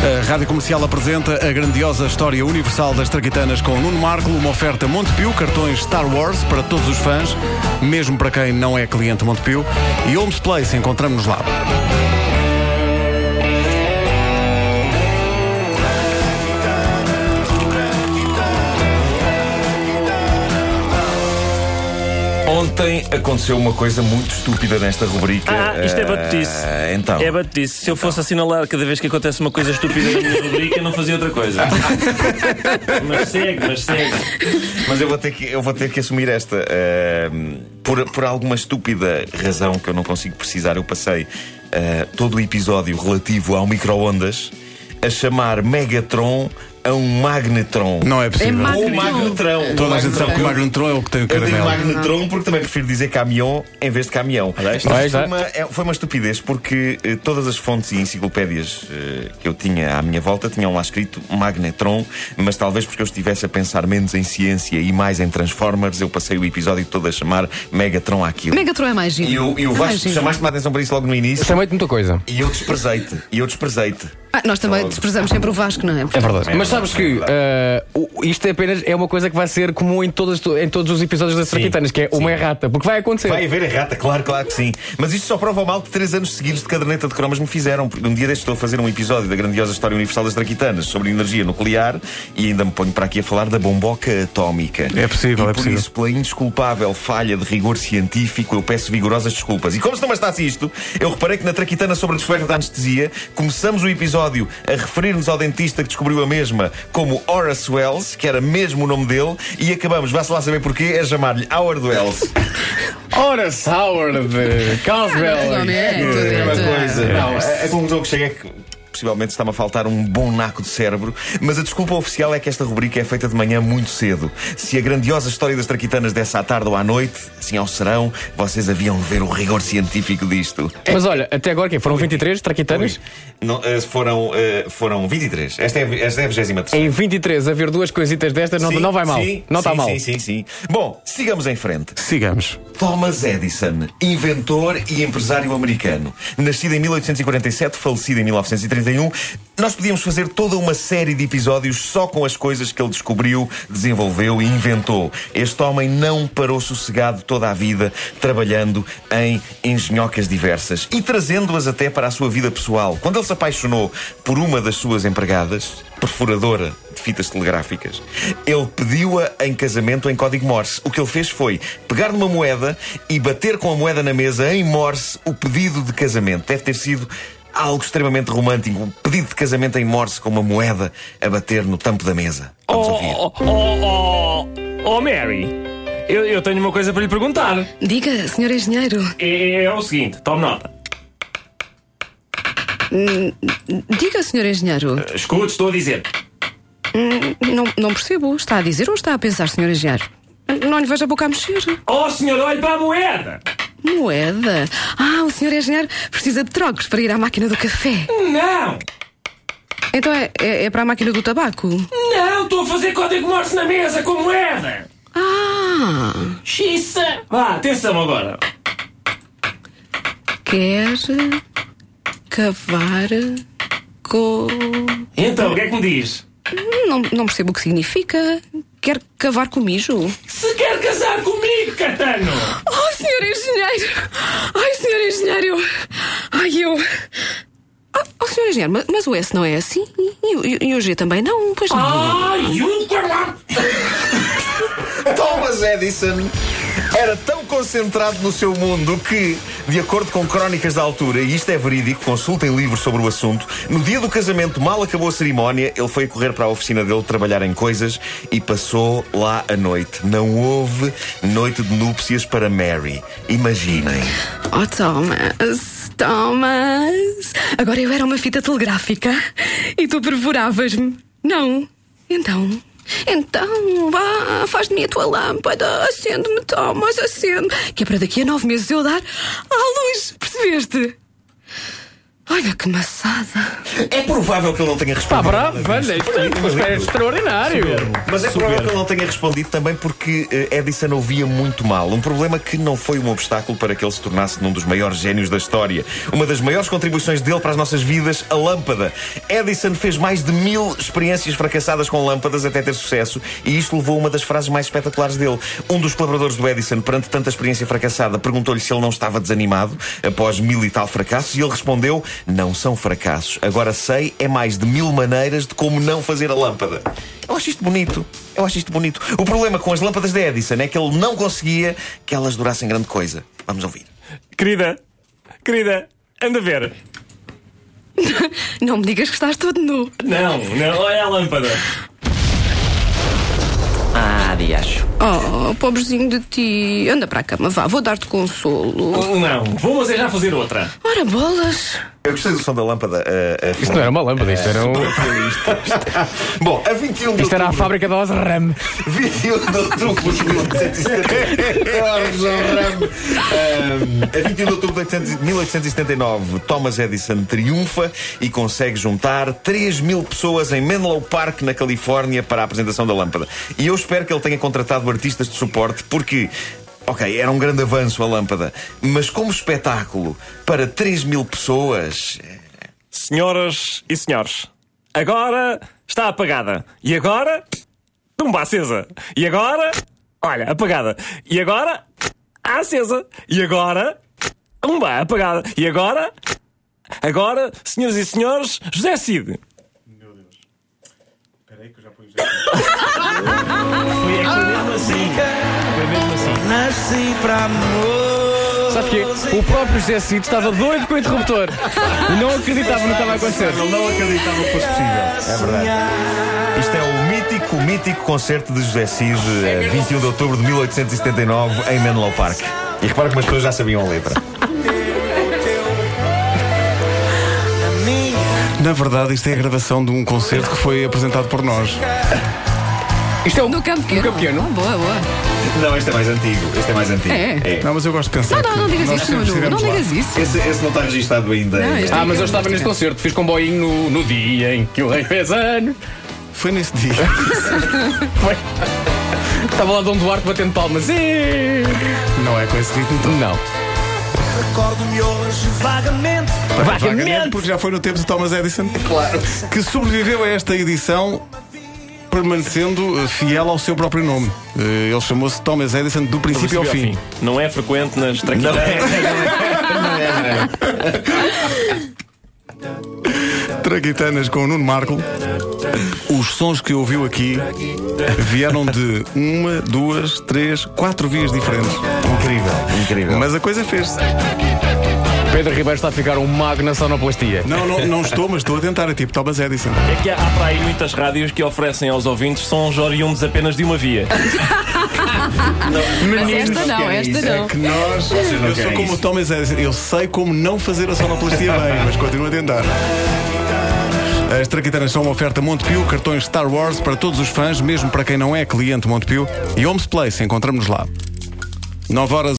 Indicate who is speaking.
Speaker 1: A Rádio Comercial apresenta a grandiosa história universal das traquitanas com Nuno Marco, uma oferta Montepio, cartões Star Wars para todos os fãs, mesmo para quem não é cliente Montepio, e Holmes Place, encontramos-nos lá.
Speaker 2: Ontem aconteceu uma coisa muito estúpida nesta rubrica.
Speaker 3: Ah, isto é
Speaker 2: Eh,
Speaker 3: batutice.
Speaker 2: então.
Speaker 3: É batutice. Se eu fosse assinalar cada vez que acontece uma coisa estúpida na minha rubrica, eu não fazia outra coisa. mas segue, mas segue.
Speaker 2: Mas eu vou ter que, eu vou ter que assumir esta. eh, por, por alguma estúpida razão que eu não consigo precisar, eu passei eh, todo o episódio relativo ao micro-ondas a chamar Megatron a um Magnetron.
Speaker 1: Não é
Speaker 4: É
Speaker 1: possível.
Speaker 4: magro.
Speaker 2: Ou Magnetron.
Speaker 1: Toda a gente sabe que o
Speaker 2: Eu-
Speaker 1: Magnetron é o que tem o
Speaker 2: Eu digo
Speaker 1: caramelo.
Speaker 2: magnetron porque também prefiro dizer caminhão em vez de caminhão. Mas
Speaker 5: Olha,
Speaker 2: foi,
Speaker 5: está.
Speaker 2: uma, é- foi uma estupidez porque eh, todas as fontes e enciclopédias eh, que eu tinha à minha volta tinham lá escrito magnetron, mas talvez porque eu estivesse a pensar menos em ciência e mais em Transformers, eu passei o episódio todo a chamar Megatron àquilo.
Speaker 4: Megatron é mais giro.
Speaker 2: E o, e o
Speaker 4: É mais
Speaker 2: Vasco
Speaker 4: giro.
Speaker 2: chamaste-me a atenção para isso logo no
Speaker 5: Eu
Speaker 2: início.
Speaker 5: Chamei-te muita coisa.
Speaker 2: E eu desprezei-te, e eu desprezei-te.
Speaker 4: Ah, nós também desprezamos sempre o Vasco, não é?
Speaker 5: É verdade. Mas sabes
Speaker 2: É
Speaker 5: que eh, o- isto é apenas é uma coisa que vai ser comum em, todas, em todos os episódios das Traquitanas, que é uma errata, porque vai acontecer.
Speaker 2: Vai haver errata, claro, claro que sim. Mas isto só prova o mal que três anos seguidos de caderneta de cromas me fizeram. Porque um dia deste estou a fazer um episódio da grandiosa história universal das traquitanas sobre energia nuclear e ainda me ponho para aqui a falar da bomboca atómica.
Speaker 1: É possível,
Speaker 2: e
Speaker 1: é
Speaker 2: por
Speaker 1: possível.
Speaker 2: isso, pela indesculpável falha de rigor científico, eu peço vigorosas desculpas. E como se não bastasse isto, eu reparei que na traquitana sobre a descoberta da anestesia, começamos o episódio a referir-nos ao dentista que descobriu a mesma como Horace Wells, que era mesmo o nome dele, e acabamos, vá-se lá saber porquê, a chamar-lhe Howard Wells.
Speaker 5: Ora, Howard,
Speaker 4: não, não,
Speaker 5: Coswell.
Speaker 4: é, tudo, é,
Speaker 2: mesma
Speaker 4: tudo.
Speaker 2: coisa. Não, a, a conclusão que chega é que. Possivelmente está-me a faltar um bom naco de cérebro, mas a desculpa oficial é que esta rubrica é feita de manhã muito cedo. Se a grandiosa história das traquitanas desse à tarde ou à noite, assim ao serão, vocês haviam de ver o rigor científico disto.
Speaker 5: Mas olha, até agora que é, foram 23 Traquitanas?
Speaker 2: Não, eh, foram, eh, foram 23. Esta é, a vi- esta é a 23.
Speaker 5: Em 23 haver duas coisitas destas não,
Speaker 2: Sim,
Speaker 5: não vai mal.
Speaker 2: sim,
Speaker 5: não está
Speaker 2: sim,
Speaker 5: mal.
Speaker 2: Sim, sim, sim. Bom, sigamos em frente.
Speaker 1: Sigamos.
Speaker 2: Thomas Edison, inventor e empresário americano. Nascido em 1847, falecido em 1931, nós podíamos fazer toda uma série de episódios só com as coisas que ele descobriu, desenvolveu e inventou. Este homem não parou sossegado toda a vida, trabalhando em engenhocas diversas e trazendo-as até para a sua vida pessoal. Quando ele se apaixonou por uma das suas empregadas, perfuradora de fitas telegráficas. Ele pediu-a em casamento em código Morse. O que ele fez foi pegar numa moeda e bater com a moeda na mesa em Morse o pedido de casamento. Deve ter sido algo extremamente romântico. Um pedido de casamento em Morse com uma moeda a bater no tampo da mesa. Vamos ouvir.
Speaker 3: Oh, oh, oh, oh, oh, Mary, eu, eu tenho uma coisa para lhe perguntar.
Speaker 4: Diga, senhor engenheiro.
Speaker 3: É, é o seguinte, tome nota.
Speaker 4: Diga, senhor engenheiro.
Speaker 3: Escute, estou a dizer.
Speaker 4: Não, não percebo. Está a dizer ou está a pensar, senhor engenheiro? Não lhe vejo a boca a mexer.
Speaker 3: Oh, senhor, olhe para a moeda!
Speaker 4: Moeda. Ah, o senhor engenheiro precisa de trocos para ir à máquina do café.
Speaker 3: Não!
Speaker 4: Então é, é, é para a máquina do tabaco?
Speaker 3: Não, estou a fazer código morse na mesa com moeda!
Speaker 4: Ah,
Speaker 3: Xissa! Vá, atenção agora.
Speaker 4: quer cavar com.
Speaker 3: Então, o que é que me diz?
Speaker 4: Não, não percebo o que significa. Quer cavar com mijo?
Speaker 3: Se quer casar comigo, Catano!
Speaker 4: Oh, senhor engenheiro! Ai, senhor engenheiro! Ai, eu. Ah, Oh, senhor engenheiro, mas, mas o S não é assim? E, o- e o G também não? Pois não.
Speaker 3: Ai, um o caralho!
Speaker 2: Thomas Edison era tão concentrado no seu mundo que, de acordo com crónicas da altura, e isto é verídico, consultem livros sobre o assunto, no dia do casamento, mal acabou a cerimónia, ele foi correr para a oficina dele trabalhar em coisas e passou lá a noite. Não houve noite de núpcias para Mary. Imaginem.
Speaker 4: Oh, Thomas, Thomas. Agora eu era uma fita telegráfica e tu perfuravas-me. Não. Então. Então, vá, faz de mim a tua lâmpada, acende-me, Thomas, acende. Que é para daqui a nove meses eu dar à luz, percebeste? Olha que maçada.
Speaker 2: É provável que ele não tenha
Speaker 5: Pá,
Speaker 2: respondido.
Speaker 5: bravo, olha, isto é uma espécie extraordinário.
Speaker 2: Mas é provável que ele não tenha respondido também porque eh, Edison ouvia muito mal. Um problema que não foi um obstáculo para que ele se tornasse num dos maiores génios da história. Uma das maiores contribuições dele para as nossas vidas, a lâmpada. Edison fez mais de mil experiências fracassadas com lâmpadas até ter sucesso e isto levou a uma das frases mais espetaculares dele. Um dos colaboradores do Edison, perante tanta experiência fracassada, perguntou-lhe se ele não estava desanimado após mil e tal fracassos e ele respondeu: Não são fracassos. Agora sei, é mais de mil maneiras de como não fazer a lâmpada. Eu acho isto bonito. Eu acho isto bonito. O problema com as lâmpadas de Edison é que ele não conseguia que elas durassem grande coisa. Vamos ouvir.
Speaker 6: Querida, querida, anda a ver.
Speaker 4: Não me digas que estás todo nu.
Speaker 3: Não, não, olha é a lâmpada.
Speaker 7: Ah, diacho.
Speaker 4: Oh, pobrezinho de ti. Anda para a cama, vá, vou dar-te consolo.
Speaker 3: Não, vou mas é já fazer outra.
Speaker 4: Ora, bolas.
Speaker 2: Eu gostei do som da lâmpada. ah, ah,
Speaker 5: Isto não era uma lâmpada, isto era, um,
Speaker 2: Bom, a 21 de
Speaker 5: isto é era a
Speaker 2: outubro.
Speaker 5: fábrica da Osram.
Speaker 2: 21 de outubro de 1879. Ah, a 21 de outubro de 800 1879, Thomas Edison triunfa e consegue juntar 3 mil pessoas em Menlo Park, na Califórnia, para a apresentação da lâmpada. E eu espero que ele tenha contratado artistas de suporte, porque. Ok, era um grande avanço a lâmpada, mas como espetáculo para 3 mil pessoas.
Speaker 6: Senhoras e senhores, agora está apagada. E agora. Tumba acesa. E agora. Olha, apagada. E agora. Acesa. E agora. Tumba apagada. E agora. Agora, senhoras e senhores, José Cid.
Speaker 3: Foi é que foi mesmo assim. Foi mesmo assim.
Speaker 7: Nasci para amor.
Speaker 5: Sabes que o próprio José Cid estava doido com o interruptor e não acreditava no que estava a acontecer.
Speaker 2: Não acreditava que fosse possível. É verdade. Isto é o mítico, mítico concerto de José Cid, eh, 21 de outubro de 1879, em Menlo Park. E repara que as pessoas já sabiam a letra.
Speaker 1: Na verdade, isto é a gravação de um concerto que foi apresentado por nós.
Speaker 5: Isto é o
Speaker 4: No campo pequeno.
Speaker 5: campo pequeno.
Speaker 4: Ah, boa, boa.
Speaker 2: Não, este é mais antigo. Este é mais antigo.
Speaker 4: É?
Speaker 1: Não, mas eu gosto de pensar.
Speaker 4: Não, não, não
Speaker 1: que
Speaker 4: digas
Speaker 1: nós
Speaker 4: isso,
Speaker 1: sempre
Speaker 4: Nuno. Não
Speaker 1: estivemos lá.
Speaker 4: digas isso.
Speaker 2: Esse, esse não está registado ainda.
Speaker 4: Não, este
Speaker 5: Ah, mas eu estava neste concerto, fiz comboinho no, no dia em que o rei fez anos.
Speaker 1: Foi nesse dia.
Speaker 5: Estava lá Dom Duarte batendo palmas. Ih!
Speaker 1: Não é com esse ritmo. todo.
Speaker 5: então Não.
Speaker 7: Recordo-me hoje vagamente.
Speaker 1: Vagamente, porque já foi no tempo de Thomas Edison. Claro. Que sobreviveu a esta edição permanecendo eh, fiel ao seu próprio nome. Eh, Ele chamou-se Thomas Edison do princípio ao fim.
Speaker 3: Não é frequente nas traquitanas.
Speaker 1: Traquitanas com o Nuno Marco. Os sons que ouviu aqui vieram de uma, duas, três, quatro vias diferentes.
Speaker 2: Incrível, incrível.
Speaker 1: Mas a coisa fez-se.
Speaker 5: Pedro Ribeiro está a ficar um mago na sonoplastia.
Speaker 1: Não, não, não estou, mas estou a tentar. É tipo Thomas Edison.
Speaker 3: É que há, há para aí muitas rádios que oferecem aos ouvintes sons oriundos apenas de uma via.
Speaker 4: Mas esta não, esta
Speaker 2: é
Speaker 4: não.
Speaker 1: Que nós. Eu sou
Speaker 2: querem
Speaker 1: como o Thomas Edison. Eu sei como não fazer a sonoplastia bem, mas continuo a tentar. As traquitanas são uma oferta Montepio, cartões Star Wars para todos os fãs, mesmo para quem não é cliente Montepio. E Homes Place, encontramos lá. 9 horas.